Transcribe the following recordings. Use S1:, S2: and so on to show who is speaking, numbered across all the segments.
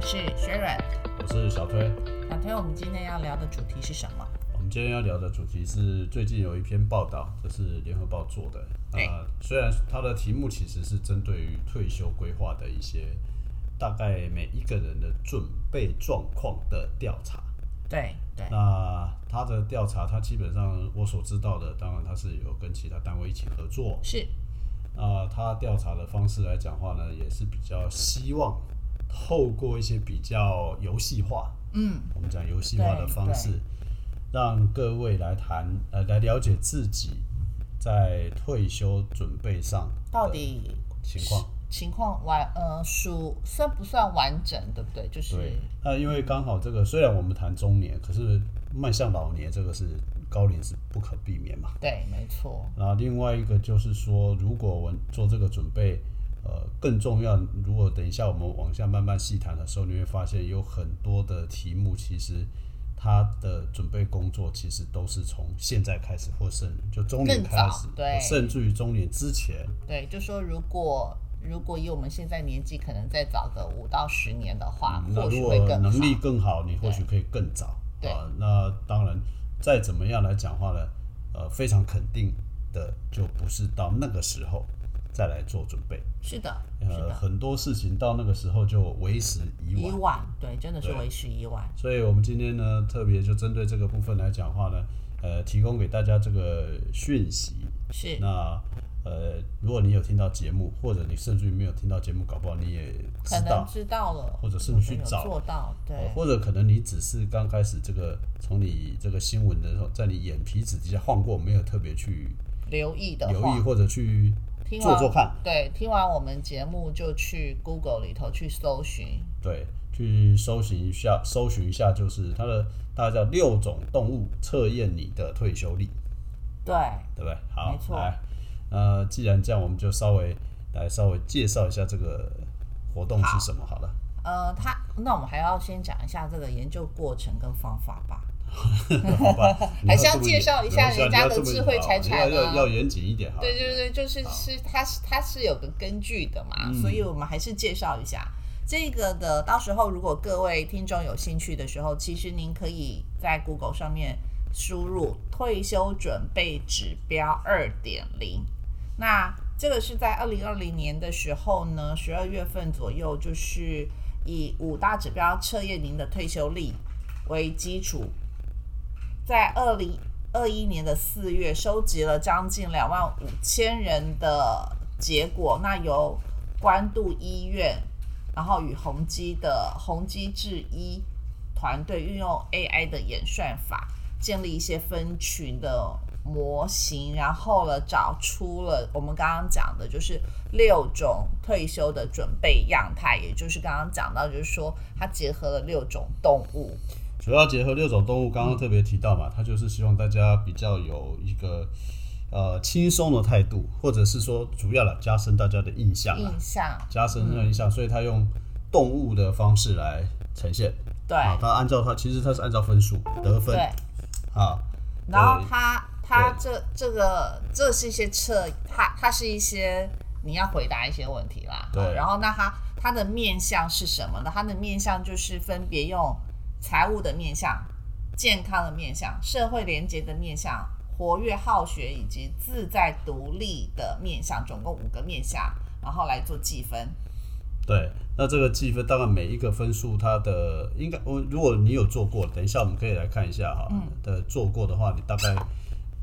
S1: 是 Sharon，
S2: 我是小推。
S1: 小推，我们今天要聊的主题是什么？
S2: 我们今天要聊的主题是最近有一篇报道，这是联合报做的。那、
S1: 对
S2: 虽然它的题目其实是针对于退休规划的一些大概每一个人的准备状况的调查。
S1: 对对，
S2: 那它的调查，它基本上我所知道的，当然它是有跟其他单位一起合作。
S1: 是
S2: 那他调查的方式来讲话呢，也是比较希望透过一些比较游戏化，
S1: 嗯，
S2: 我们讲游戏化的
S1: 对
S2: 方式
S1: 对，
S2: 让各位来谈呃来了解自己在退休准备上
S1: 到
S2: 的
S1: 底
S2: 情况。
S1: 情况完呃属算不算完整，对不对？就是
S2: 对，那因为刚好这个虽然我们谈中年，可是迈向老年这个是高龄是不可避免嘛。
S1: 对，没错，
S2: 那另外一个就是说，如果我们做这个准备，呃，更重要，如果等一下我们往下慢慢细谈的时候，你会发现有很多的题目，其实它的准备工作其实都是从现在开始，或甚就中年
S1: 更
S2: 开
S1: 早
S2: 始，
S1: 对
S2: 甚至于中年之前，
S1: 对，就说如果如果以我们现在年纪，可能再早个五到十年的话，
S2: 嗯那
S1: 或
S2: 如
S1: 许
S2: 果
S1: 会更
S2: 能力
S1: 好
S2: 更好，你或许可以更早。
S1: 对
S2: 啊那当然，再怎么样来讲话呢，呃，非常肯定的，就不是到那个时候再来做准备。
S1: 是的，是
S2: 呃，
S1: 的，
S2: 很多事情到那个时候就为时已
S1: 以
S2: 晚。
S1: 往对，真的是
S2: 对
S1: 为时已晚，
S2: 所以，我们今天呢，特别就针对这个部分来讲话呢，呃，提供给大家这个讯息。
S1: 是
S2: 那呃，如果你有听到节目，或者你甚至于没有听到节目，搞不好你也
S1: 可
S2: 知
S1: 能
S2: 道，
S1: 知道了，
S2: 或者是
S1: 有
S2: 你
S1: 的
S2: 去
S1: 有
S2: 找
S1: 做到，
S2: 呃
S1: 对，
S2: 或者可能你只是刚开始这个从你这个新闻的时候，在你眼皮子底下晃过，没有特别去
S1: 留意的
S2: 留
S1: 话
S2: 意，或者去
S1: 听
S2: 做
S1: 完
S2: 做看。
S1: 对，听完我们节目就去 Google 里头去搜寻，
S2: 对，去搜寻一下，搜寻一下就是它的，它叫六种动物测验你的退休力，
S1: 对，
S2: 对不对？好，
S1: 没错
S2: 来，呃，既然这样，我们就稍微来稍微介绍一下这个活动是什么 好了。
S1: 呃，他那我们还要先讲一下这个研究过程跟方法吧。
S2: 好吧，你
S1: 还
S2: 要
S1: 是要
S2: 这么
S1: 介绍一下
S2: 你要
S1: 人家
S2: 你要
S1: 的
S2: 这么
S1: 智慧
S2: 好
S1: 财产
S2: 你要要
S1: 啊
S2: 要严谨一点哈。
S1: 对对对，就是是它是它是有个根据的嘛，所以我们还是介绍一下这个的。到时候如果各位听众有兴趣的时候，其实您可以在 Google 上面输入“退休准备指标二点零”。那这个是在二零二零年的时候呢，十二月份左右，就是以五大指标测验您的退休力为基础，在二零二一年的四月，收集了将近两万五千人的结果。那由关渡医院，然后与宏基的宏基制医团队运用 AI 的演算法，建立一些分群的模型，然后呢，找出了我们刚刚讲的，就是六种退休的准备样态，也就是刚刚讲到，就是说它结合了六种动物。
S2: 主要结合六种动物，刚刚特别提到嘛，它就是希望大家比较有一个呃轻松的态度，或者是说主要了加深大家的印象啊
S1: 印，象
S2: 加深这个印象，所以它用动物的方式来呈现。
S1: 对，
S2: 啊，它按照它其实它是按照分数得分
S1: 对，
S2: 啊，
S1: 然后它它这这个这是一些测，它它是一些你要回答一些问题啦。
S2: 对
S1: 好然后那它它的面向是什么呢？它的面向就是分别用财务的面向、健康的面向、社会连结的面向、活跃好学以及自在独立的面向，总共五个面向，然后来做计分。
S2: 对，那这个计分当然每一个分数它的应该，我如果你有做过，等一下我们可以来看一下哈。
S1: 嗯
S2: 的做过的话，你大概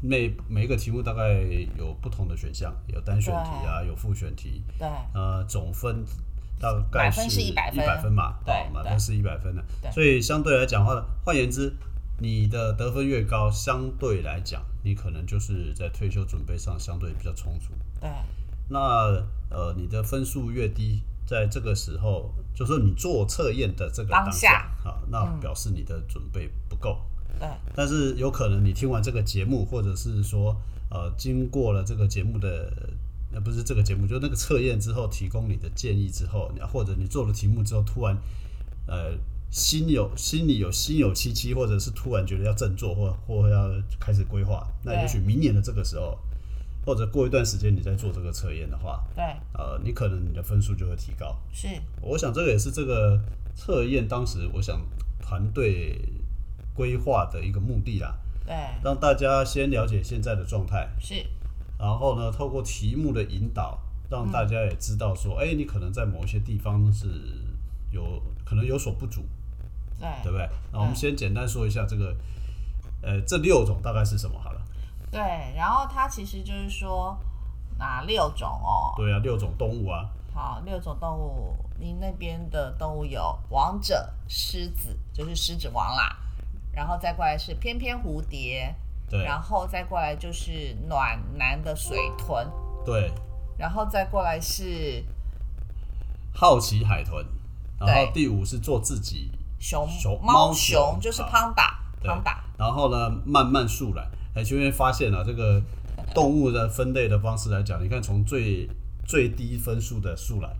S2: 每每一个题目大概有不同的选项，有单选题啊，有复选题，
S1: 对
S2: 呃，总分大概
S1: 满分是100分
S2: 100分嘛，
S1: 对
S2: 哦满
S1: 对
S2: 分是一百分的
S1: 对，
S2: 所以相对来讲的话，换言之，你的得分越高，相对来讲，你可能就是在退休准备上相对比较充足。
S1: 对
S2: 那呃，你的分数越低，在这个时候，就说你做测验的这个
S1: 当
S2: 当
S1: 下嗯
S2: 啊，那表示你的准备不够。
S1: 对
S2: 但是有可能你听完这个节目，或者是说呃，经过了这个节目的。呃，不是这个节目，就那个测验之后提供你的建议之后，或者你做了题目之后，突然，呃，心有心里有心有戚戚，或者是突然觉得要振作或或要开始规划，那
S1: 对
S2: 也许明年的这个时候，或者过一段时间你再做这个测验的话，
S1: 对
S2: 呃，你可能你的分数就会提高。
S1: 是，
S2: 我想这个也是这个测验当时我想团队规划的一个目的啦，
S1: 对，
S2: 让大家先了解现在的状态，
S1: 是，
S2: 然后呢，透过题目的引导，让大家也知道说，哎、你可能在某一些地方是有可能有所不足，对
S1: 对，
S2: 不对？那我们
S1: 嗯
S2: 先简单说一下这个，呃，这六种大概是什么好了？
S1: 对。然后它其实就是说哪六种哦？
S2: 对啊，六种动物啊，
S1: 好，六种动物，您那边的动物有王者狮子，就是狮子王啦。然后再过来是翩翩蝴蝶，
S2: 对
S1: 然后再过来就是暖男的水豚，
S2: 对，
S1: 然后再过来是
S2: 好奇海豚，然后
S1: 对
S2: 第五是做自己，
S1: 熊
S2: 熊
S1: 猫
S2: 猫
S1: 熊，
S2: 熊
S1: 就是
S2: 好
S1: panda
S2: 对
S1: panda。
S2: 然后呢，慢慢树懒，哎，就会发现啊，这个动物的分类的方式来讲，你看从最最低分数的树懒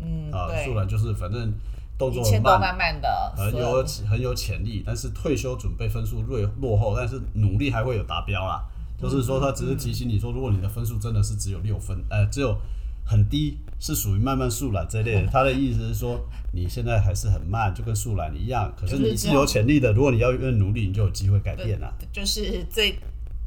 S1: 嗯，
S2: 啊，
S1: 对
S2: 树，懒就是反正动
S1: 一
S2: 作
S1: 切
S2: 很
S1: 都
S2: 慢，
S1: 慢慢的，
S2: 很
S1: 所
S2: 有很有潜力，但是退休准备分数略落后，但是努力还会有达标啦。就是说，他只是提醒你说，如果你的分数真的是只有六分，呃，只有很低，是属于慢慢树懒这 类的。他的意思是说，你现在还是很慢，就跟树懒一样，可
S1: 就
S2: 是
S1: 是
S2: 你
S1: 这
S2: 是
S1: 样
S2: 有潜力的。如果你要愿努力，你就有机会改变啦。
S1: 就是最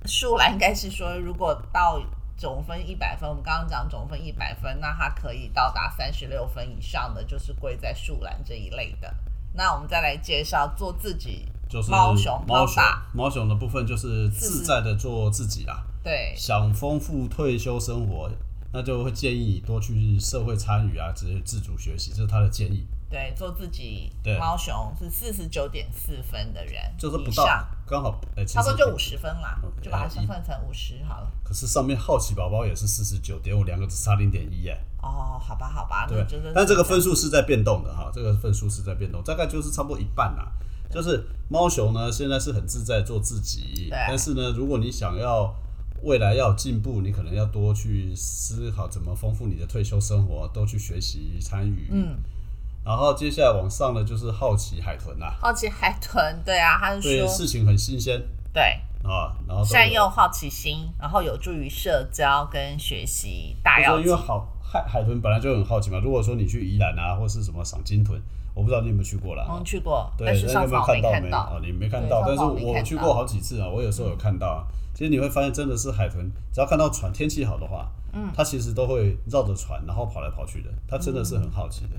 S1: 树懒应该是说，如果到总分一百分，我们刚刚讲总分一百分，那它可以到达三十六分以上的，就是归在树懒这一类的。那我们再来介绍做自己，
S2: 就是
S1: 猫熊
S2: 猫
S1: 猫
S2: 熊
S1: 大，
S2: 猫熊的部分就是
S1: 自
S2: 自在的做自己啦。
S1: 对
S2: 想丰富退休生活，那就会建议你多去社会参与啊，直接自主学习，这是他的建议。
S1: 对，做自己
S2: 对
S1: 猫熊是四十九点四分的人，
S2: 就是不
S1: 以
S2: 到
S1: 上，
S2: 刚好，哎、其
S1: 差不多
S2: 实
S1: 就五十分啦
S2: OK，
S1: 就把它
S2: 啊
S1: 算
S2: 一
S1: 算成五十好了。
S2: 可是上面好奇宝宝也是四十九点五，两个只差零点一耶，
S1: 哦，好吧，好吧，
S2: 对
S1: 那
S2: 不
S1: 就
S2: 对
S1: 是。
S2: 但这个分数是在变动的哈，这个分数是在变动，大概就是差不多一半啦。就是猫熊呢，现在是很自在做自己，
S1: 对
S2: 但是呢，如果你想要未来要有进步，你可能要多去思考怎么丰富你的退休生活，多去学习参与。
S1: 嗯，
S2: 然后接下来往上呢，就是好奇海豚啦、
S1: 好奇海豚，对啊，他是
S2: 对
S1: 说
S2: 事情很新鲜
S1: 对，
S2: 啊，然后都有
S1: 善用好奇心，然后有助于社交跟学习。大
S2: 就
S1: 要
S2: 是因为好海海豚本来就很好奇嘛。如果说你去宜兰啊，或是什么赏金屯，我不知道你有没有去过啦。
S1: 我们去过，
S2: 对，
S1: 但是
S2: 那
S1: 上
S2: 你有没
S1: 次
S2: 有
S1: 我
S2: 看
S1: 没
S2: 到
S1: 看
S2: 没？啊，你没看到，
S1: 对
S2: 但是
S1: 上次我没
S2: 我
S1: 看
S2: 去
S1: 到
S2: 过好几次啊，我有时候有看到啊。其实你会发现，真的是海豚，只要看到船，天气好的话，嗯，它其实都会绕着船，然后跑来跑去的。它真的是很好奇的。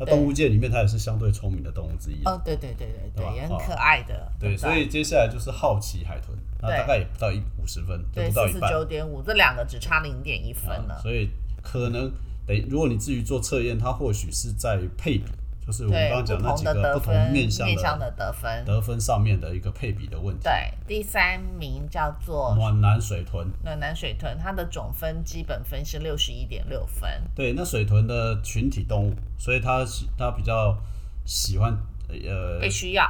S2: 那
S1: 嗯对
S2: 动物界里面，它也是相对聪明的动物之一啊。
S1: 哦，对对对对
S2: 对吧
S1: 对，也很
S2: 哦
S1: 可爱的。
S2: 对，所以接下来就是好奇海豚，那
S1: 对
S2: 大概也不到一五十分，就
S1: 对
S2: 不到
S1: 四
S2: 一
S1: 十
S2: 半。
S1: 九点五，这两个只差零点一分
S2: 啊
S1: 了。
S2: 所以可能得，如果你至于做测验，它或许是在于配比，就是我们
S1: 对，
S2: 刚刚讲那
S1: 同
S2: 几
S1: 的
S2: 个
S1: 得
S2: 不同
S1: 分
S2: 面向的
S1: 的得分。
S2: 得分上面的一个配比的问题。
S1: 对，第三名叫做
S2: 暖男水豚，
S1: 暖男水豚，它的总分基本分是六十一点六分。
S2: 对，那水豚的群体动物，所以它喜它比较喜欢呃
S1: 被需要，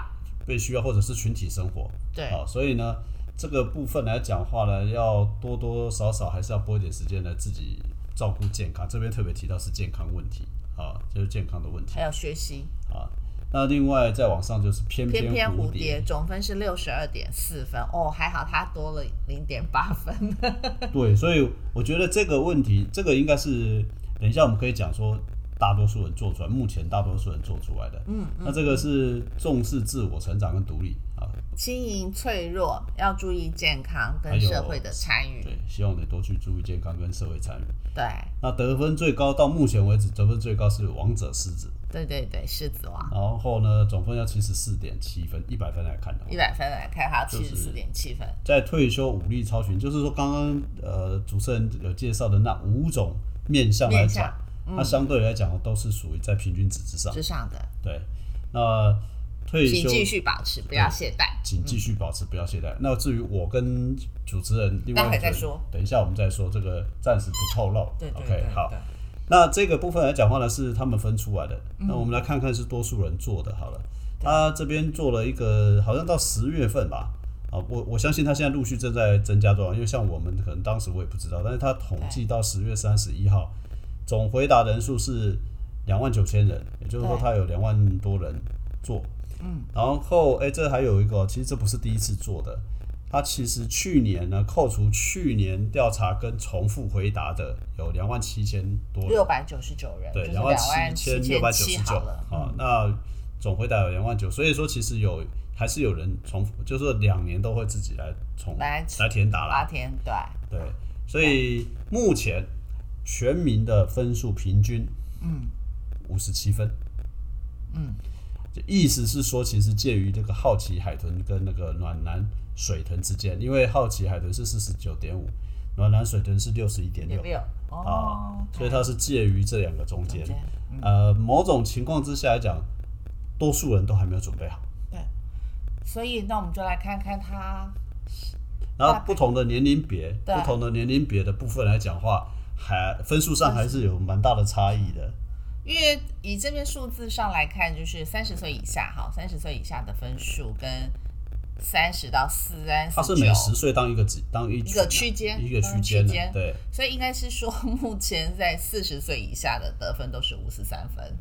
S2: 被需要或者是群体生活，
S1: 对
S2: 好、所以呢，这个部分来讲话呢，要多多少少还是要拨一点时间来自己照顾健康。这边特别提到是健康问题，啊、就是健康的问题
S1: 还有学习。
S2: 啊。那另外再往上就是翩
S1: 偏偏
S2: 蝴
S1: 蝴蝶总分是六十二点四分哦，还好它多了零点八分。
S2: 对，所以我觉得这个问题，这个应该是等一下我们可以讲说，大多数人做出来，目前大多数人做出来的。嗯，那这个是重视自我成长跟独立啊，
S1: 轻盈脆弱，要注意健康
S2: 还
S1: 跟
S2: 有
S1: 社会的参与。
S2: 对，希望你多去注意健康跟社会参与。
S1: 对
S2: 那得分最高到目前为止，得分最高是王者狮子，
S1: 对对对，狮子王
S2: 然后呢，总分要七十四点七分，一百分来看的话
S1: 一，百分来看，它
S2: 就
S1: 七
S2: 是
S1: 十四点七分。
S2: 在退休武力超群，就是说刚刚呃主持人有介绍的那五种面向来
S1: 面
S2: 讲
S1: 向，
S2: 它相对来讲都是属于在平均值之上。
S1: 之上的，
S2: 对，那退
S1: 请
S2: 休
S1: 继续保持，不要懈怠。
S2: 请继续保持，不要懈怠。那至于我跟主持人，另外
S1: 待会
S2: 一个
S1: 再说，
S2: 等一下我们再说，这个暂时不透露。
S1: 对对
S2: OK，
S1: 对
S2: 好
S1: 对。
S2: 那这个部分来讲话呢，是他们分出来的。那我们来看看是多数人做的，好了。他这边做了一个，好像到十月份吧。啊，我我相信他现在陆续正在增加多少，因为像我们可能当时我也不知道，但是他统计到十月三十一号，总回答人数是两万九千人，也就是说
S1: 对
S2: 他有两万多人做。嗯，然后哎，这还有一个哦，其实这不是第一次做的，他其实去年呢，扣除去年调查跟重复回答的有两万七千多人，
S1: 六百九十九人，就
S2: 对，
S1: 是
S2: 两
S1: 两
S2: 万
S1: 万
S2: 七千
S1: 千
S2: 六百九
S1: 七
S2: 十九
S1: 好了。
S2: 啊。那总回答有两万九，所以说其实有还是有人重复，就是说两年都会自己来重
S1: 来
S2: 来填答
S1: 八
S2: 啦。
S1: 天对，
S2: 对，所以目前全民的分数平均
S1: 嗯
S2: 五十七分，
S1: 嗯，
S2: 就意思是说，其实介于这个好奇海豚跟那个暖男水豚之间，因为好奇海豚是四十九点五，暖男水豚是六十一点
S1: 有
S2: 六
S1: 没有？
S2: 啊
S1: 哦，，
S2: 所以它是介于这两个中间
S1: 中间。
S2: 呃，某种情况之下来讲，多数人都还没有准备好。
S1: 对，所以那我们就来看看他
S2: 然后
S1: 大概
S2: 不同的年龄别，
S1: 对
S2: 不同的年龄别的部分来讲话，还分数上还是有蛮大的差异的。
S1: 因为以这边数字上来看，就是三十岁以下，好，三十岁以下的分数跟三十到四三
S2: 它
S1: 四
S2: 是
S1: 九
S2: 每，十岁当一个级当一
S1: 一
S2: 一
S1: 个区间
S2: 一个
S1: 当
S2: 区间
S1: 区间
S2: 的，对
S1: 所以应该是说 目前在四十岁以下的得分都是五十三分，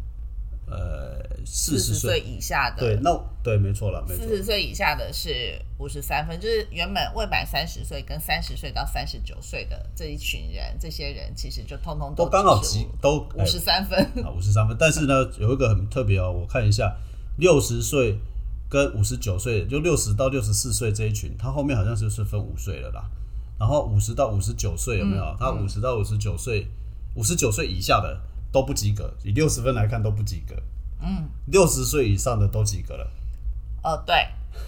S2: 呃四
S1: 四
S2: 十
S1: 十岁以下的
S2: 对，那对没错了，没
S1: 四十
S2: 错，
S1: 岁以下的是五十三分，就是原本未满三十岁跟三十岁到三十九岁的这一群人，这些人其实就通通
S2: 都刚好
S1: 只是
S2: 及都
S1: 五十三分。
S2: 啊五十三分，但是呢有一个很特别哦，我看一下六十岁跟五十九岁，就六十到六十四岁这一群，它后面好像就是分五岁了啦。然后五十到五十九岁有没有？他五十到五十九岁，五十九岁以下的都不及格，以六十分来看都不及格。
S1: 嗯，
S2: 六十岁以上的都及格了。
S1: 哦，对，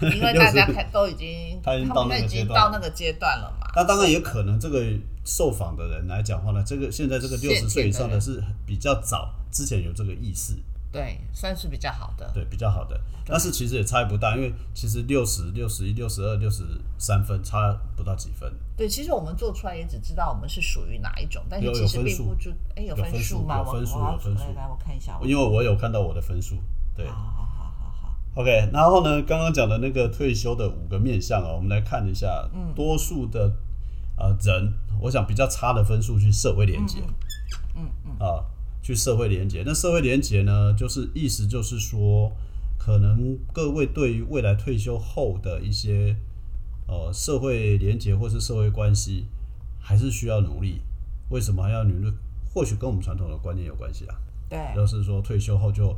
S1: 因 为大家看都已经，
S2: 他已经到
S1: 他们
S2: 那
S1: 都
S2: 个
S1: 已经
S2: 阶段
S1: 到
S2: 了
S1: 那个阶段了嘛。
S2: 那当然也可能，这个受访的人来讲话呢，这个现在这个六十岁以上的是比较早之前有这个意识，
S1: 对，算是比较好的。
S2: 对，比较好的。但是其实也差不大，因为其实六十六十一、六十二、六十三分差不到几分。
S1: 对，其实我们做出来也只知道我们是属于哪一种，但是
S2: 有
S1: 其
S2: 有
S1: 实
S2: 分
S1: 并
S2: 数
S1: 不知，哎，有
S2: 有
S1: 分
S2: 分
S1: 数
S2: 数
S1: 吗？
S2: 有
S1: 我
S2: 分数
S1: 我要
S2: 有分数
S1: 来来，我看一下，我
S2: 因为我有看到我的分数，对
S1: 好好好好好，
S2: ，OK。然后呢，刚刚讲的那个退休的五个面向啊，我们来看一下，
S1: 嗯
S2: 多数的呃人，我想比较差的分数去社会连接，
S1: 嗯嗯，
S2: 啊，去社会连结。那社会连结呢，就是意思就是说，可能各位对于未来退休后的一些呃社会连结或是社会关系，还是需要努力。为什么还要努力？或许跟我们传统的观念有关系啊，
S1: 对，
S2: 就是说退休后就、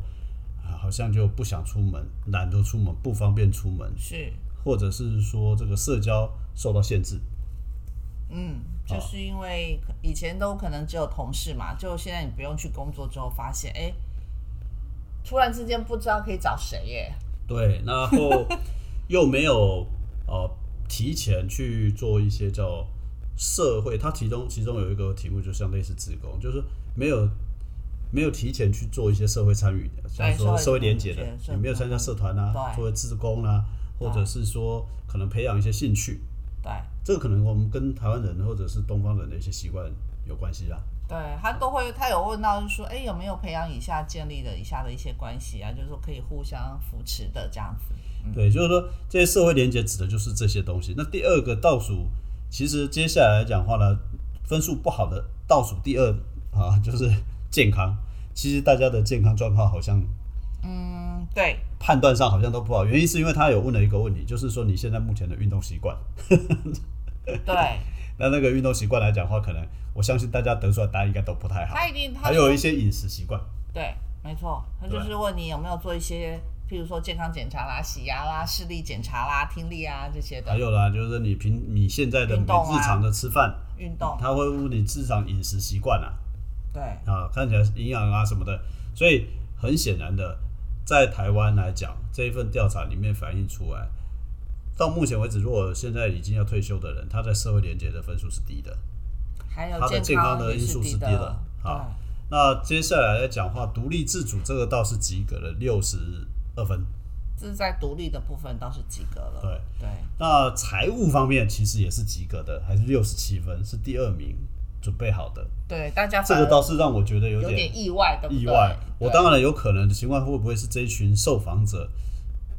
S2: 啊、好像就不想出门，懒得出门，不方便出门，
S1: 是，
S2: 或者是说这个社交受到限制。
S1: 嗯，就是因为可以前都可能只有同事嘛，就现在你不用去工作之后，发现哎，突然之间不知道可以找谁耶，
S2: 对，然后又没有呃提前去做一些叫社会，它其中其中有一个题目就像类似职工，就是没有没有提前去做一些社会参与的，像说
S1: 社
S2: 社
S1: 会
S2: 会连结的
S1: 连结，
S2: 你没有参加社团啊，
S1: 对
S2: 作为职工啊，或者是说可能培养一些兴趣，
S1: 对。
S2: 这个可能我们跟台湾人或者是东方人的一些习惯有关系啦。
S1: 对他都会，他有问到就是说，哎，有没有培养以下建立的以下的一些关系啊？就是说可以互相扶持的这样子。
S2: 对，就是说这些社会连接指的就是这些东西。那第二个倒数，其实接下来来讲话呢，分数不好的倒数第二啊， 就是健康。其实大家的健康状况好像
S1: 嗯，对，
S2: 判断上好像都不好，原因是因为他有问了一个问题，就是说你现在目前的运动习惯。
S1: 对，
S2: 那那个运动习惯来讲话，可能我相信大家得出来答案应该都不太好。
S1: 他一定他
S2: 啊还有一些饮食习惯，
S1: 对，没错，他就是问你有没有做一些，譬如说健康检查啦、洗牙啦、视力检查啦、听力啊这些
S2: 还
S1: 的
S2: 有啦，就是你平你现在的
S1: 运动啊
S2: 日常的吃饭，
S1: 运动。
S2: 他会问你日常饮食习惯啊。
S1: 对，
S2: 啊，看起来营养啊什么的，所以很显然的，在台湾来讲，这一份调查里面反映出来，到目前为止，如果现在已经要退休的人，他在社会连结的分数是低的。
S1: 还有
S2: 他的健康的
S1: 也
S2: 因素
S1: 低
S2: 是低
S1: 的
S2: 的。啊好那接下来来讲话，独立自主这个倒是及格了六十二分。
S1: 对，是在独立的部分倒是及格了。
S2: 对
S1: 对，
S2: 那财务方面其实也是及格的，还是六十七分，是第二名，准备好的。
S1: 对，大家
S2: 这
S1: 反
S2: 个
S1: 而
S2: 倒是让我觉得有
S1: 有
S2: 点
S1: 点意外，对不对？
S2: 意外。我
S1: 对
S2: 当然有可能的情况会不会是这一群受访者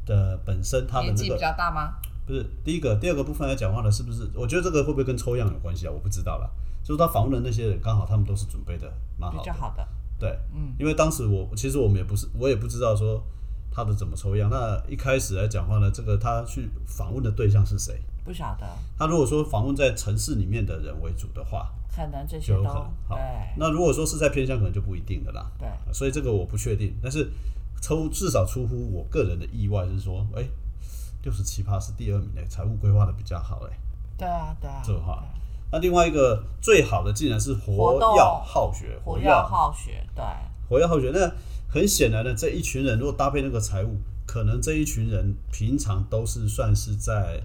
S2: 的本身他的
S1: 年
S2: 那
S1: 纪比
S2: 个
S1: 较大吗？
S2: 不是第一个，第二个部分来讲话呢，是不是？我觉得这个会不会跟抽样有关系啊？我不知道啦。就是他访问的那些人，刚好他们都是准备的蛮
S1: 比
S2: 好
S1: 较
S2: 的，
S1: 好的，
S2: 对，
S1: 嗯，
S2: 因为当时我其实我们也不是，我也不知道说他的怎么抽样。那一开始来讲话呢，这个他去访问的对象是谁？
S1: 不晓得，
S2: 他如果说访问在城市里面的人为主的话，
S1: 可能这些
S2: 就有
S1: 都
S2: 可能。好
S1: 对，
S2: 那如果说是在偏乡，可能就不一定的啦。
S1: 对，
S2: 所以这个我不确定。但是出至少出乎我个人的意外，是说，哎、六十七趴是第二名的，财务规划的比较好哎，
S1: 对啊，对啊，
S2: 这话
S1: 对
S2: 那另外一个最好的竟然是活
S1: 活动
S2: 药好学，
S1: 火
S2: 药
S1: 药好学，对，
S2: 活跃候选人。那很显然的，这一群人如果搭配那个财务，可能这一群人平常都是算是在，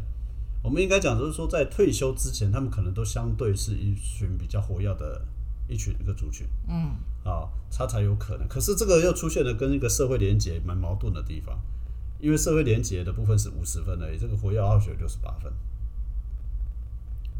S2: 我们应该讲就是说，在退休之前，他们可能都相对是一群比较活跃的一群一个族群
S1: 嗯，
S2: 啊，他才有可能。可是这个又出现了跟一个社会连结蛮矛盾的地方，因为社会连结的部分是五十分而已，这个活跃傲学六十八分，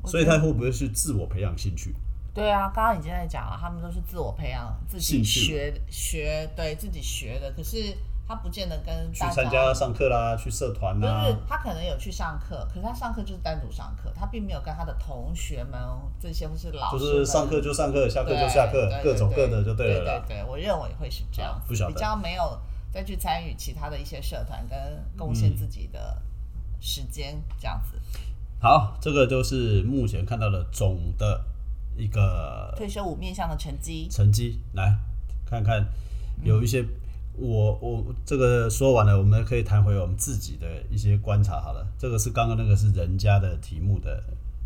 S1: 我
S2: 所以
S1: 觉
S2: 他
S1: 得
S2: 会不会是自我培养兴趣？
S1: 对啊，刚刚已经在讲了，他们都是自我培养，自己
S2: 兴趣
S1: 学学，对自己学的，可是他不见得跟
S2: 去
S1: 大
S2: 参
S1: 家
S2: 加啊上课啦，去社团
S1: 就
S2: 啦，
S1: 是他可能有去上课，可是他上课就是单独上课，他并没有跟他的同学们这些或是老
S2: 就
S1: 师
S2: 是
S1: 们
S2: 上课就上课，下课就
S1: 对
S2: 下课
S1: 嗯对，
S2: 各走各的就
S1: 对
S2: 了
S1: 对
S2: 啦。
S1: 对对，我认为会是这样
S2: 啊
S1: 子，
S2: 不晓得
S1: 比较没有再去参与其他的一些社团跟贡献自己的时间这样子。
S2: 好，这个就是目前看到的总的一个
S1: 退休五面向的成绩，
S2: 成绩，来看看有一些、
S1: 嗯
S2: 我我这个说完了，我们可以谈回我们自己的一些观察好了。这个是刚刚那个是人家的题目的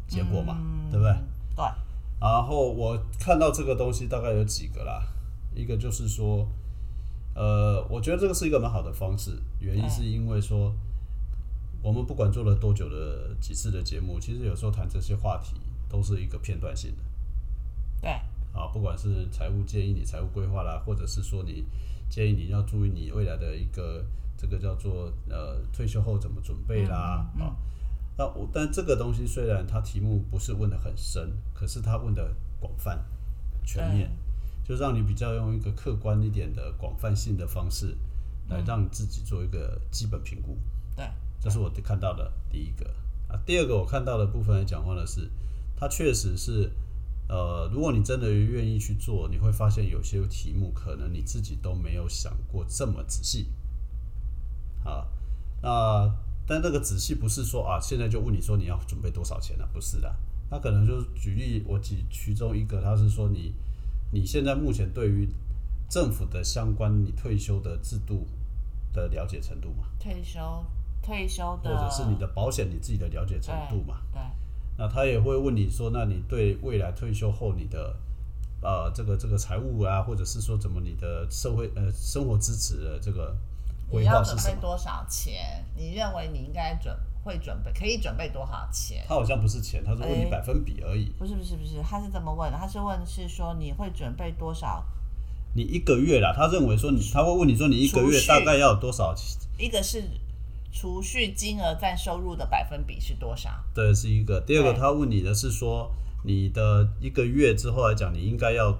S2: 结果嘛，对不对？
S1: 嗯？对，
S2: 然后我看到这个东西大概有几个啦，一个就是说，呃，我觉得这个是一个蛮好的方式，原因是因为说，我们不管做了多久的几次的节目，其实有时候谈这些话题都是一个片段性的
S1: 对，
S2: 啊，不管是财务建议你财务规划啦，或者是说你建议你要注意你未来的一个这个叫做呃退休后怎么准备啦、
S1: 嗯嗯嗯
S2: 啊。那我但这个东西虽然它题目不是问的很深，可是它问的广泛、全面，就让你比较用一个客观一点的广泛性的方式来
S1: 嗯
S2: 让自己做一个基本评估。
S1: 对，
S2: 这是我看到的第一个啊。第二个我看到的部分来讲话呢是，它确实是，呃，如果你真的愿意去做，你会发现有些题目可能你自己都没有想过这么仔细。啊，那但那个仔细不是说啊，现在就问你说你要准备多少钱啊？不是的，那可能就是举例，我举其中一个，他是说你你现在目前对于政府的相关你退休的制度的了解程度嘛？
S1: 退休退休
S2: 或
S1: 的，哎
S2: 者是你的保险你自己的了解程度嘛。
S1: 对
S2: 那他也会问你说，那你对未来退休后你的呃这个这个财务啊，或者是说怎么你的社会呃生活支持的这个
S1: 你
S2: 规
S1: 要
S2: 划
S1: 准
S2: 是什
S1: 备
S2: 么？
S1: 多少钱？你认为你应该准会准备可以准备多少钱？
S2: 他好像不是钱，他是问你
S1: 哎
S2: 百分比而已。
S1: 不是不是不是，他是这么问的，他是问是说你会准备多少？
S2: 你一个月啦，他认为说你他会问你说你一个月
S1: 储蓄
S2: 大概要有多少？
S1: 一个是储蓄金额占收入的百分比是多少？
S2: 这是一个。第二个，
S1: 对
S2: 他问你的是说你的一个月之后来讲，你应该要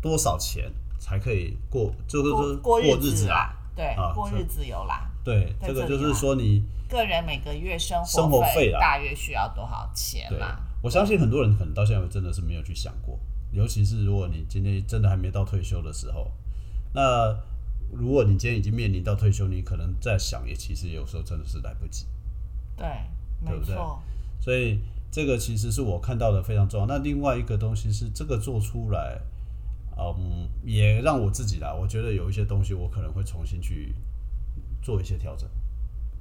S2: 多少钱才可以过，就是说
S1: 过
S2: 日
S1: 日
S2: 子
S1: 啦，对，
S2: 啊
S1: 过
S2: 这
S1: 日子有啦。
S2: 对，
S1: 在
S2: 这个
S1: 这
S2: 就
S1: 里
S2: 是
S1: 啊
S2: 说你
S1: 个人每个月生
S2: 生活费啊
S1: 费
S2: 啦
S1: 大约需要多少钱
S2: 对
S1: 啦？，
S2: 我相信很多人可能到现在真的是没有去想过，尤其是如果你今天真的还没到退休的时候，那如果你今天已经面临到退休，你可能在想，也其实有时候真的是来不及。
S1: 对，
S2: 对
S1: 没
S2: 不对
S1: 错，
S2: 所以这个其实是我看到的非常重要。那另外一个东西是这个做出来，嗯，也让我自己啦，我觉得有一些东西我可能会重新去做一些调整，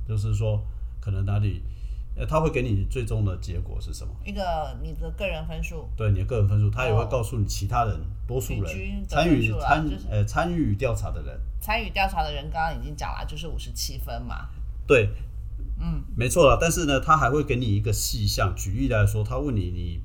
S2: 就是说可能哪里，呃，他会给你最终的结果是什么？
S1: 一个你的个人分数，
S2: 对你的个人分数，他也会
S1: 哦
S2: 告诉你其他人、多数
S1: 平均
S2: 人
S1: 的
S2: 参
S1: 分
S2: 与
S1: 数啦
S2: 参
S1: 就是嗯
S2: 呃参与调查的人，
S1: 参与调查的人刚刚已经讲了，就是五十七分嘛。
S2: 对，
S1: 嗯，
S2: 没错啦。但是呢，他还会给你一个细项，举例来说，他问你你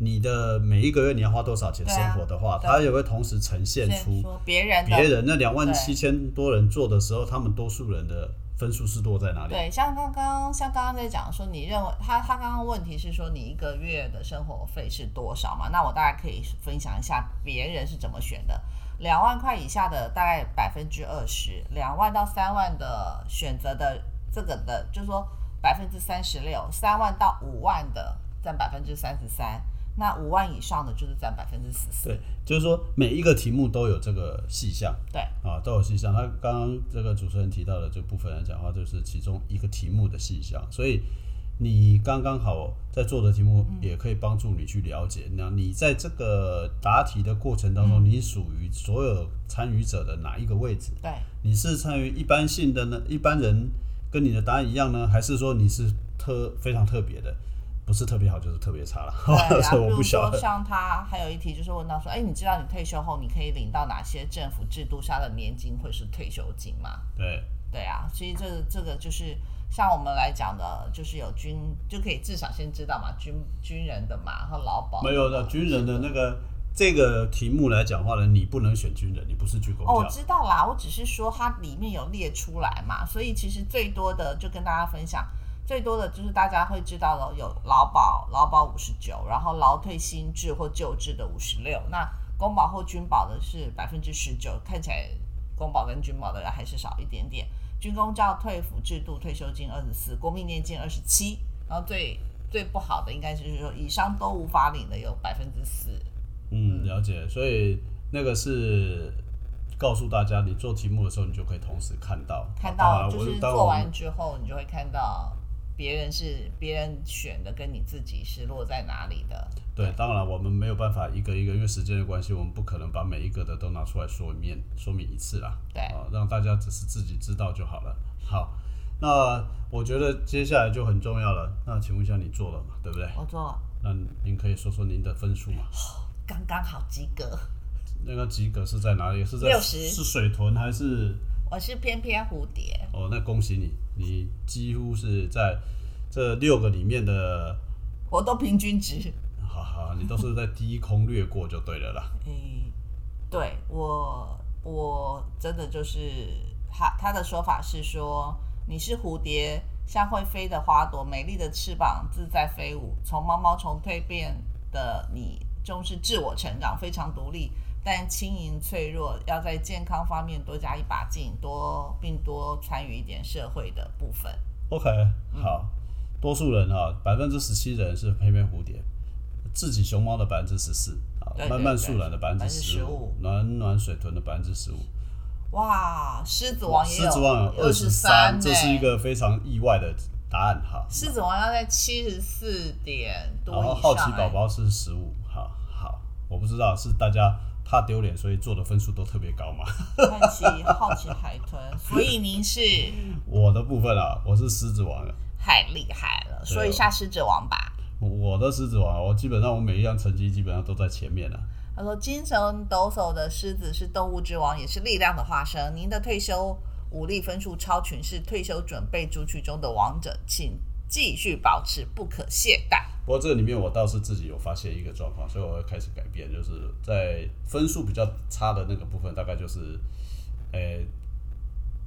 S2: 你的每一个月你要花多少钱
S1: 对
S2: 生
S1: 啊
S2: 活的话，
S1: 对
S2: 他也会同时呈现
S1: 所以
S2: 出
S1: 说别人的
S2: 别人那两万七千多人做的时候，他们多数人的分数是落在哪里？
S1: 对，像刚刚像刚刚在讲说，你认为他他刚刚问题是说你一个月的生活费是多少嘛？那我大概可以分享一下别人是怎么选的。两万块以下的大概百分之二十，两万到三万的选择的这个的，就是说百分之三十六，三万到五万的占百分之三十三，那五万以上的就是占百分之十四。
S2: 对，就是说每一个题目都有这个细项。
S1: 对
S2: 啊，都有细项。那刚刚这个主持人提到的这部分来讲的话，就是其中一个题目的细项，所以你刚刚好在做的题目
S1: 嗯
S2: 也可以帮助你去了解。那你在这个答题的过程当
S1: 嗯
S2: 中，你属于所有参与者的哪一个位置？
S1: 对，
S2: 你是参与一般性的呢？一般人跟你的答案一样呢，还是说你是特非常特别的？不是特别好，就是特别差了。
S1: 对啊，
S2: 所以
S1: 比
S2: 我
S1: 如
S2: 不晓
S1: 说
S2: 得。
S1: 像他还有一题就是问到说，哎，你知道你退休后你可以领到哪些政府制度下的年金或是退休金吗？
S2: 对，
S1: 对啊，所以这个这个就是像我们来讲的，就是有军就可以至少先知道嘛，军军人的嘛和劳保
S2: 没有的，军人的那个这个题目来讲话呢，你不能选军人，你不是军工
S1: 哦，我
S2: 教。
S1: 知道啦，我只是说它里面有列出来嘛，所以其实最多的就跟大家分享，最多的就是大家会知道的有劳保，劳保五十九，然后劳退新制或旧制的五十六，那公保或军保的是百分之十九，看起来公保跟军保的人还是少一点点。军工照退抚制度退休金二十四，国民年金二十七，然后最最不好的应该就是说以上都无法领的有百分之四，
S2: 嗯，了解。所以那个是告诉大家，你做题目的时候，你就可以同时看到。
S1: 看
S2: 当然
S1: 到
S2: 啊我
S1: 就是
S2: 当然
S1: 做
S2: 我
S1: 完之后，你就会看到别人是别人选的，跟你自己是落在哪里的。
S2: 对，当然我们没有办法一个一个，因为时间的关系，我们不可能把每一个的都拿出来说明说明一次啦。
S1: 对
S2: 啊、让大家只是自己知道就好了。好，那我觉得接下来就很重要了。那请问一下，你做了嘛？对不对？
S1: 我做
S2: 那您可以说说您的分数嘛？
S1: 刚刚好及格，
S2: 那个及格是在哪里？是在
S1: 60
S2: 是水豚还是？
S1: 我是翩翩蝴蝶，
S2: 哦，那恭喜你，你几乎是在这六个里面的，
S1: 我都平均值。
S2: 好好，你都是在低空掠过就对了啦。
S1: 诶，嗯对我我真的就是他他的说法是说你是蝴蝶，像会飞的花朵，美丽的翅膀自在飞舞，从毛毛虫蜕变的你，重视自我成长，非常独立。但轻盈脆弱，要在健康方面多加一把劲，多并多参与一点社会的部分。
S2: OK，好，多数人啊，百分之十七人是黑面蝴蝶，自己熊猫的百分之十四，啊，
S1: 对对
S2: 慢慢树懒的百分之
S1: 15%
S2: 五，暖暖水豚的百分之十五，
S1: 哇，狮子王也
S2: 狮
S1: 有
S2: 子王有二十三，
S1: 23
S2: 这是
S1: 呢
S2: 一个非常意外的答案哈。
S1: 狮子王要在七十四点多
S2: 然后
S1: 以上、
S2: 好奇宝
S1: 哎
S2: 宝是十五，好好，我不知道是大家怕丢脸，所以做的分数都特别高嘛。
S1: 好奇好奇海豚，所以您是嗯
S2: 我的部分啊，我是狮子王啊，
S1: 太厉害了，说一下狮子王吧。
S2: 我的狮子王啊，我基本上我每一样成绩基本上都在前面了、啊
S1: 他说：“精神抖擞的狮子是动物之王，也是力量的化身。您的退休武力分数超群，是退休准备族群中的王者，请继续保持，不可懈怠。
S2: 不过这里面我倒是自己有发现一个状况，所以我会开始改变，就是在分数比较差的那个部分，大概就是，呃，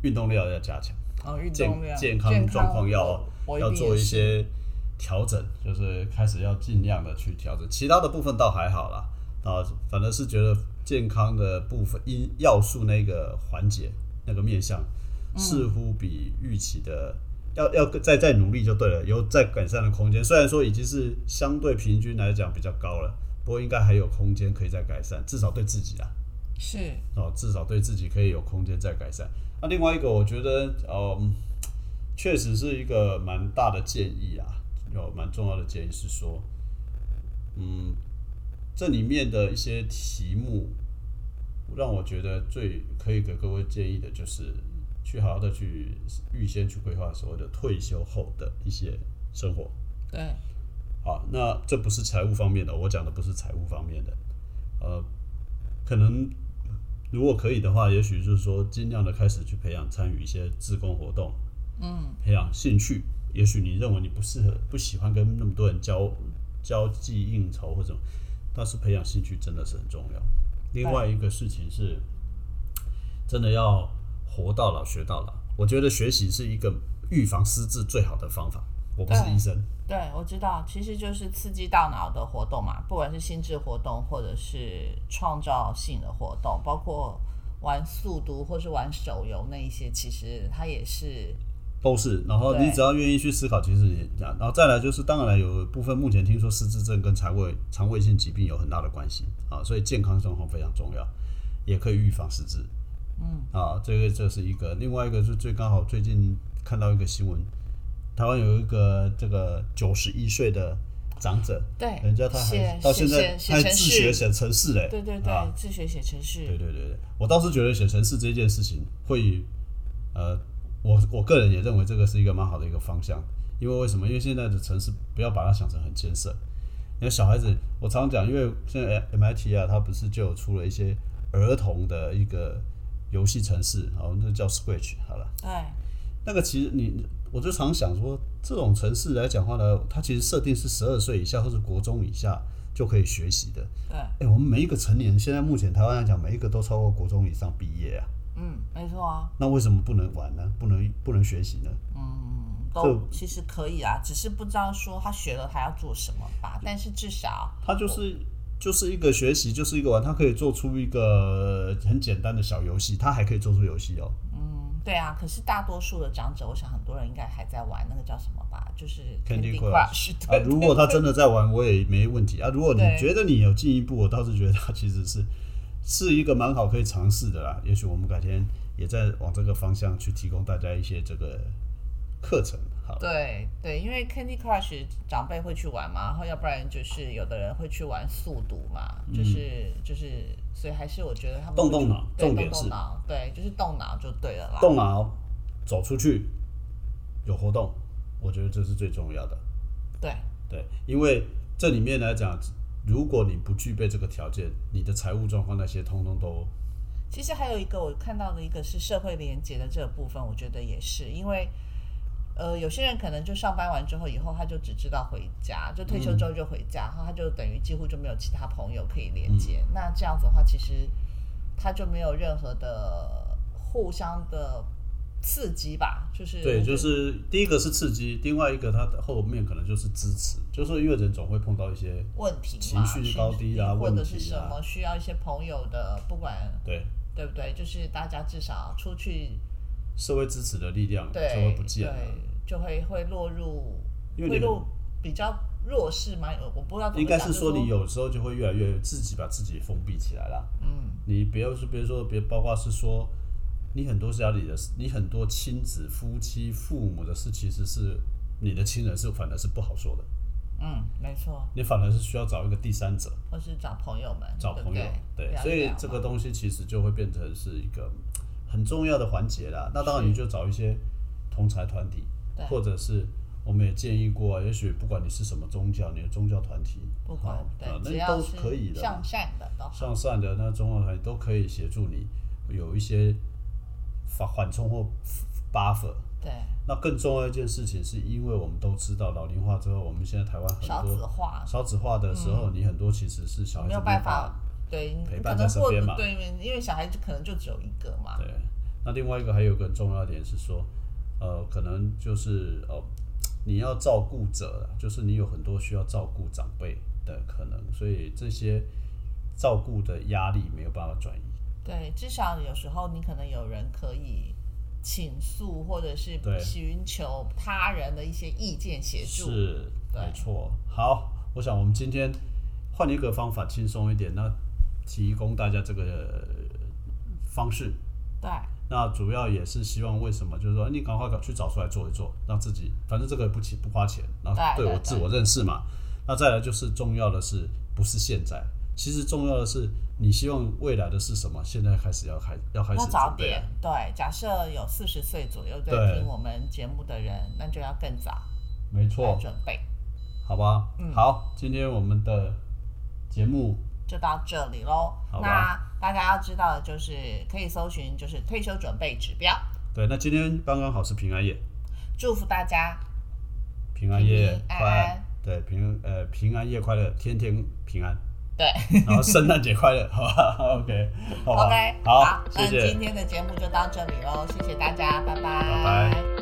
S2: 运动量要加强，
S1: 哦，运
S2: 健
S1: 动量、
S2: 健康状况要
S1: 我
S2: 要
S1: 我定也
S2: 做一
S1: 是
S2: 些调整，就是开始要尽量的去调整，其他的部分倒还好啦，啊，反正是觉得健康的部分因要素那个环节那个面向，
S1: 嗯
S2: 似乎比预期的。要要再再努力就对了，有再改善的空间。虽然说已经是相对平均来讲比较高了，不过应该还有空间可以再改善，至少对自己啦。啊
S1: 是
S2: 哦，至少对自己可以有空间再改善。那另外一个，我觉得，嗯，确实是一个蛮大的建议啊，有蛮重要的建议是说，嗯，这里面的一些题目，让我觉得最可以给各位建议的就是，去好好的去预先去规划所谓的退休后的一些生活。
S1: 对
S2: 好，啊那这不是财务方面的，我讲的不是财务方面的，呃，可能如果可以的话，也许就是说尽量的开始去培养参与一些志工活动，嗯，培养兴趣。也许你认为你不适合、不喜欢跟那么多人交交际应酬或者什么，但是培养兴趣真的是很重要。另外一个事情是，真的要活到老学到老。我觉得学习是一个预防失智最好的方法。我不是
S1: 对
S2: 医生，
S1: 对，我知道，其实就是刺激大脑的活动嘛，不管是心智活动或者是创造性的活动，包括玩速读或是玩手游那一些，其实它也是
S2: 都是，然后
S1: 对
S2: 你只要愿意去思考，其实你这样，然后再来就是，当然了有部分目前听说失智症跟肠胃肠胃性疾病有很大的关系啊，所以健康状况非常重要，也可以预防失智。嗯，啊，这个这是一个，另外一个是最刚好最近看到一个新闻，台湾有一个这个九十一岁的长者，
S1: 对
S2: 人家他还
S1: 写
S2: 到现在
S1: 写写
S2: 他还
S1: 程
S2: 自
S1: 式
S2: 学写程式嘞，
S1: 对对
S2: 啊
S1: 对，自学写程
S2: 对
S1: 式，
S2: 对对对，我倒是觉得写程式这件事情会，呃，我我个人也认为这个是一个蛮好的一个方向，因为为什么？因为现在的城市不要把它想成很艰涩，因为小孩子，我常讲，因为现在 MIT 啊，它不是就有出了一些儿童的一个游戏城市，哦，那叫 Scratch 好了。
S1: 哎，
S2: 那个其实你，我就常想说，这种城市来讲话呢，它其实设定是十二岁以下或是国中以下就可以学习的。
S1: 对，
S2: 哎、我们每一个成年，现在目前台湾来讲，每一个都超过国中以上毕业啊，
S1: 嗯，没错啊，
S2: 那为什么不能玩呢？不能不能学习呢？
S1: 嗯，
S2: 这
S1: 都其实可以啊，只是不知道说他学了他要做什么吧，但是至少
S2: 它就是就是一个学习，就是一个玩，它可以做出一个呃很简单的小游戏，它还可以做出游戏哦。
S1: 嗯，对啊，可是大多数的长者，我想很多人应该还在玩那个叫什么吧，就是
S2: Candy
S1: Crush，
S2: 啊
S1: 对，，
S2: 如果他真的在玩，我也没问题啊。如果你
S1: 对
S2: 觉得你有进一步，我倒是觉得它其实是是一个蛮好可以尝试的啦。也许我们改天也在往这个方向去提供大家一些这个课程，好。
S1: 对对，因为 Candy Crush 长辈会去玩嘛，然后要不然就是有的人会去玩速读嘛，就是就是，所以还是我觉得他们
S2: 嗯动
S1: 会去
S2: 动脑
S1: 对
S2: 重
S1: 动
S2: 点
S1: 动
S2: 是
S1: 脑，对，就是动脑就对了啦。
S2: 动脑，走出去，有活动，我觉得这是最重要的。
S1: 对
S2: 对，因为这里面来讲，如果你不具备这个条件，你的财务状况那些通通都
S1: 其实还有一个我看到的一个是社会连接的这个部分，我觉得也是，因为呃有些人可能就上班完之后以后他就只知道回家，就退休之后就回家，然后他就等于几乎就没有其他朋友可以连接。
S2: 嗯
S1: 那这样子的话，其实他就没有任何的互相的刺激吧，就是
S2: 对，就是第一个是刺激，另外一个它的后面可能就是支持，就是因为人总会碰到一些
S1: 问题
S2: 情
S1: 嘛，
S2: 绪高低啊
S1: 或
S2: 问
S1: 者是
S2: 题
S1: 什
S2: 啊
S1: 么需要一些朋友的，不管
S2: 对
S1: 对不对，就是大家至少出去
S2: 社会支持的力量就
S1: 对
S2: 会不见了。
S1: 对，就会会落入，
S2: 因为
S1: 会
S2: 你们
S1: 落比较弱势吗？我我不知道怎
S2: 应
S1: 么
S2: 该
S1: 讲，
S2: 是
S1: 就
S2: 说你有时候就会越来越自己把自己封闭起来啦。
S1: 嗯，
S2: 你不要是别说别，包括是说，你很多家里的事，你很多亲子、夫妻、父母的事，其实是你的亲人是反而是不好说的，
S1: 嗯，没错，
S2: 你反而是需要找一个第三者，
S1: 或是找朋友们，
S2: 找
S1: 对
S2: 朋
S1: 不
S2: 友，
S1: 嗯对，聊一
S2: 所以
S1: 聊
S2: 这
S1: 嘛
S2: 个东西其实就会变成是一个很重要的环节啦。那当然，你就找一些同财团体，
S1: 对
S2: 或者是我们也建议过啊，也许不管你是什么宗教，你的宗教团体，
S1: 不管
S2: 好啊
S1: 对，只
S2: 那
S1: 要
S2: 都
S1: 是
S2: 可以的啦，
S1: 向善的都
S2: 上善的那中药团都可以协助你有一些缓缓冲或 buffer。
S1: 对，
S2: 那更重要一件事情，是因为我们都知道老龄化之后，我们现在台湾
S1: 少
S2: 很
S1: 子
S2: 多
S1: 化，
S2: 少子化的时候，你很多其实是小孩子
S1: 没有办法。对，你
S2: 陪
S1: 可
S2: 伴
S1: 能
S2: 在身
S1: 过
S2: 边
S1: 得
S2: 嘛
S1: 对，因为小孩子可能就只有一个嘛，
S2: 对，那另外一个还有一个很重要的点是说，呃，可能就是呃，你要照顾者，就是你有很多需要照顾长辈的可能，所以这些照顾的压力没有办法转移。
S1: 对，至少有时候你可能有人可以倾诉，或者是
S2: 对
S1: 寻求他人的一些意见协助，
S2: 是，
S1: 对
S2: 没错。好，我想我们今天换一个方法，轻松一点，那提供大家这个呃方式。
S1: 对，
S2: 那主要也是希望为什么，就是说你赶快去找出来做一做，让自己反正这个不起不花钱，然后
S1: 对
S2: 对我
S1: 对
S2: 自我认识嘛。那再来就是重要的是不是现在，其实重要的是你希望未来的是什么，现在开始要开要开始
S1: 要早
S2: 准备
S1: 点
S2: 了。，
S1: 对，假设有四十岁左右在
S2: 对
S1: 听我们节目的人，那就要更早
S2: 没
S1: 来
S2: 错，
S1: 准备。
S2: 好吧，
S1: 嗯
S2: 好，今天我们的节目
S1: 就到这里喽
S2: 好。吧
S1: 那大家要知道的就是，可以搜寻就是退休准备指标。
S2: 对，那今天刚刚好是平安夜，
S1: 祝福大家，
S2: 平安夜
S1: 平平安安哎
S2: 快安，对平呃平安夜快乐，天天平安，
S1: 对
S2: 然后圣诞节快乐，好吧？OK，好吧
S1: ，OK，
S2: 好，谢
S1: 那
S2: 谢
S1: 今。天的节目就到这里喽，谢谢大家，拜
S2: 拜拜